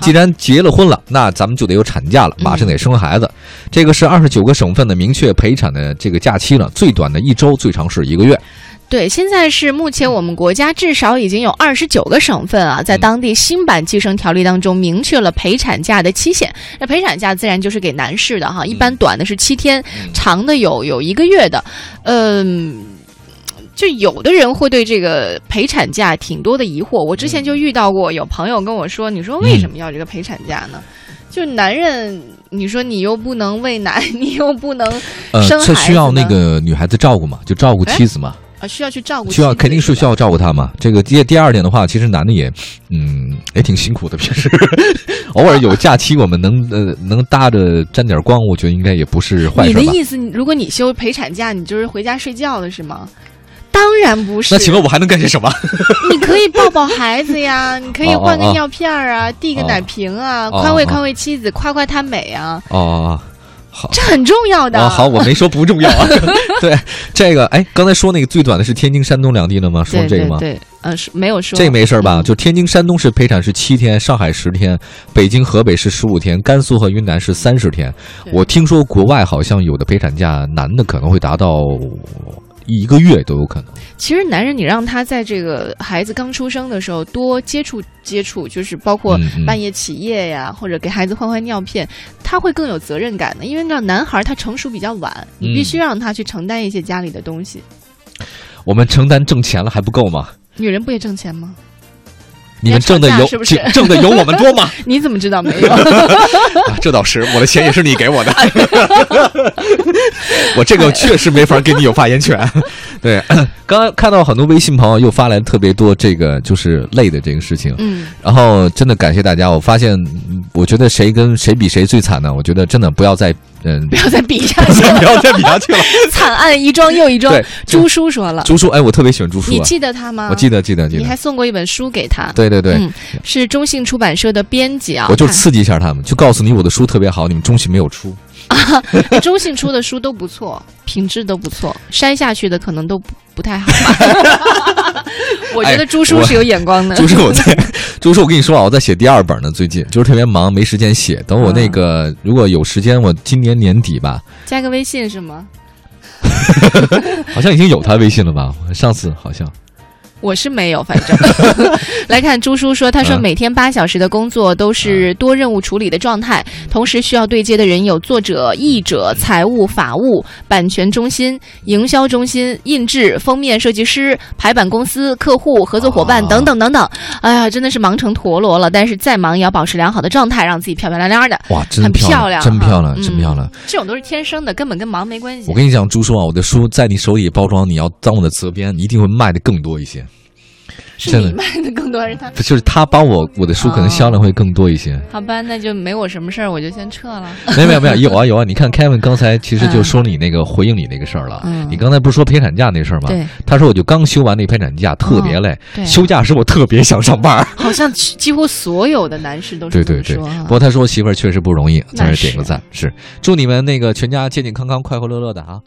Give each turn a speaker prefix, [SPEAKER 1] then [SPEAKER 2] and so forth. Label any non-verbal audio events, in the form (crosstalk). [SPEAKER 1] 既然结了婚了，那咱们就得有产假
[SPEAKER 2] 嗯
[SPEAKER 1] 了，马上得生孩子。这个是二十九个省份的明确陪产的这个假期了，最短的一周，最长是一个月。
[SPEAKER 2] 对，现在是目前我们国家至少已经有二十九个省份啊，
[SPEAKER 1] 嗯
[SPEAKER 2] 在当地新版计生条例当中明确了陪产假的期限。那陪产假自然就是给男士的
[SPEAKER 1] 嗯
[SPEAKER 2] 哈，一般短的是七天，长的有有一个月的，嗯。就有的人会对这个陪产假挺多的疑惑，我之前
[SPEAKER 1] 嗯
[SPEAKER 2] 就遇到过有朋友跟我说：“你说为什么要这个陪产假呢？”就男人，你说你又不能喂奶， (laughs) 你又不能
[SPEAKER 1] 呃，
[SPEAKER 2] 生孩子
[SPEAKER 1] 这
[SPEAKER 2] 呢，
[SPEAKER 1] 需要那个女孩子照顾嘛，就照顾妻子嘛，
[SPEAKER 2] 啊，需要去照顾妻子，
[SPEAKER 1] 需要肯定是需
[SPEAKER 2] 要
[SPEAKER 1] 要照顾她嘛。这个第第二点的话，其实男的也，嗯，也挺辛苦的，平时 (laughs) 偶尔有假期，我们能呃能搭着沾点光，我觉得应该也不是坏
[SPEAKER 2] 你
[SPEAKER 1] 事
[SPEAKER 2] 的
[SPEAKER 1] 吧。
[SPEAKER 2] 意思，你如果你休陪产假，你就是回家睡觉了是吗？当然不是，
[SPEAKER 1] 那请问我还能干些什么？
[SPEAKER 2] 你可以抱抱孩子呀， (laughs) 你可以
[SPEAKER 1] 哦哦
[SPEAKER 2] 换个
[SPEAKER 1] 哦
[SPEAKER 2] 尿片儿啊，递个
[SPEAKER 1] 哦
[SPEAKER 2] 奶瓶啊，
[SPEAKER 1] 哦
[SPEAKER 2] 宽慰
[SPEAKER 1] 哦
[SPEAKER 2] 宽慰妻子，夸夸她美啊，
[SPEAKER 1] 哦哦，哦好。
[SPEAKER 2] 这很重要的。
[SPEAKER 1] 啊，好，我没说不重要
[SPEAKER 2] (laughs)
[SPEAKER 1] 啊。 (laughs) 对，这个，哎，刚才说那个最短的是天津、山东两地的吗？说
[SPEAKER 2] 对
[SPEAKER 1] 这个
[SPEAKER 2] 对
[SPEAKER 1] 吗？
[SPEAKER 2] 对，嗯，是没有说
[SPEAKER 1] 这没事儿吧？
[SPEAKER 2] 嗯
[SPEAKER 1] 就天津、山东是陪产是七天，上海十天，北京、河北是十五天，甘肃和云南是三十天。
[SPEAKER 2] 对
[SPEAKER 1] 我听说国外好像有的陪产假，男的可能会达到一个月都有可能。
[SPEAKER 2] 其实男人，你让他在这个孩子刚出生的时候多接触接触，就是包括
[SPEAKER 1] 嗯嗯
[SPEAKER 2] 半夜起夜呀，或者给孩子换换尿片，他会更有责任感的。因为你知道，男孩他成熟比较晚，你
[SPEAKER 1] 嗯
[SPEAKER 2] 必须让他去承担一些家里的东西。
[SPEAKER 1] 我们承担挣钱了还不够吗？
[SPEAKER 2] 女人不也挣钱吗？
[SPEAKER 1] 你们挣的
[SPEAKER 2] 人家
[SPEAKER 1] 有
[SPEAKER 2] 吵架是不是
[SPEAKER 1] 挣挣的有我们多吗？
[SPEAKER 2] 你怎么知道没有？
[SPEAKER 1] 啊，这倒是，我的钱也是你给我的， (laughs) 我这个确实没法给你有发言权。对，刚刚看到很多微信朋友又发来特别多这个就是累的这个事情，
[SPEAKER 2] 嗯，
[SPEAKER 1] 然后真的感谢大家。我发现，嗯我觉得谁跟谁比谁最惨呢？我觉得真的不要再嗯
[SPEAKER 2] (laughs) 不，要再比 (laughs) 下去，
[SPEAKER 1] (laughs) 不要再比下去了。
[SPEAKER 2] 惨案一桩又一桩
[SPEAKER 1] (laughs) 对。
[SPEAKER 2] 朱叔说了，
[SPEAKER 1] 朱叔，哎，我特别喜欢朱叔
[SPEAKER 2] 你
[SPEAKER 1] 啊，
[SPEAKER 2] 记得他吗？
[SPEAKER 1] 我记得，记得，记
[SPEAKER 2] 你还
[SPEAKER 1] 得。
[SPEAKER 2] 送过一本书给他。
[SPEAKER 1] 对对对，
[SPEAKER 2] 嗯，是中信出版社的编辑啊。
[SPEAKER 1] 我就
[SPEAKER 2] 看
[SPEAKER 1] 刺激一下他们，就告诉你我的书特别好，你们中信没有出。
[SPEAKER 2] (laughs) 中信出的书都不错，品质都不错，筛下去的可能都不不太好
[SPEAKER 1] (laughs)
[SPEAKER 2] (laughs) 吧。我觉得朱叔是有眼
[SPEAKER 1] (laughs)
[SPEAKER 2] 光的。
[SPEAKER 1] 哎就是我在，就是我跟你说啊，我在写第二本呢，最近就是特别忙，没时间写。等我那个如果有时间，我今年年底吧，
[SPEAKER 2] 加个微信是吗？
[SPEAKER 1] 好像已经有他微信了吧？上次好像
[SPEAKER 2] 我是没有，反
[SPEAKER 1] (laughs)
[SPEAKER 2] 正来看朱叔说，他说
[SPEAKER 1] 嗯
[SPEAKER 2] 每天八小时的工作都是多任务处理的状态，同时需要对接的人有作者、译者、财务、法务、版权中心、营销中心、印制、封面设计师、排版公司、客户、合作伙伴
[SPEAKER 1] 啊
[SPEAKER 2] 等等等等。哎呀，真的是忙成陀螺了，但是再忙也要保持良好的状态，让自己漂漂亮亮的。
[SPEAKER 1] 哇，真
[SPEAKER 2] 很
[SPEAKER 1] 漂
[SPEAKER 2] 漂亮
[SPEAKER 1] 真
[SPEAKER 2] 哈
[SPEAKER 1] 漂亮，真
[SPEAKER 2] 嗯
[SPEAKER 1] 漂亮。
[SPEAKER 2] 这种都是天生的，根本跟忙没关系
[SPEAKER 1] 我。跟你讲，朱叔啊，我的书在你手里包装，你要当我的责编，你一定会卖的更多一些。
[SPEAKER 2] 是
[SPEAKER 1] 真的
[SPEAKER 2] 你卖的更多，还是他？
[SPEAKER 1] 就是他帮我，我的书可能
[SPEAKER 2] 哦
[SPEAKER 1] 销量会更多一
[SPEAKER 2] (laughs)
[SPEAKER 1] 些。
[SPEAKER 2] 好吧，那就没我什么事儿，我就先撤了。
[SPEAKER 1] 没有没有没有，有啊有啊。你看 Kevin 刚才其实就说你那个回应你那个事儿了。
[SPEAKER 2] 嗯
[SPEAKER 1] 你刚才不是说陪产假那事儿吗？
[SPEAKER 2] 对嗯
[SPEAKER 1] 他说我就刚休完那陪产假，特别累。
[SPEAKER 2] 对
[SPEAKER 1] 休假时我特别想上班儿。
[SPEAKER 2] 好像几几乎所有的男士都
[SPEAKER 1] 对
[SPEAKER 2] 是这
[SPEAKER 1] 对
[SPEAKER 2] 么
[SPEAKER 1] 对
[SPEAKER 2] 说啊，
[SPEAKER 1] 不过他说媳妇儿确实不容易，在
[SPEAKER 2] 那
[SPEAKER 1] 这儿
[SPEAKER 2] 是
[SPEAKER 1] 点个赞，是祝你们那个全家健健康康、快快乐乐的啊！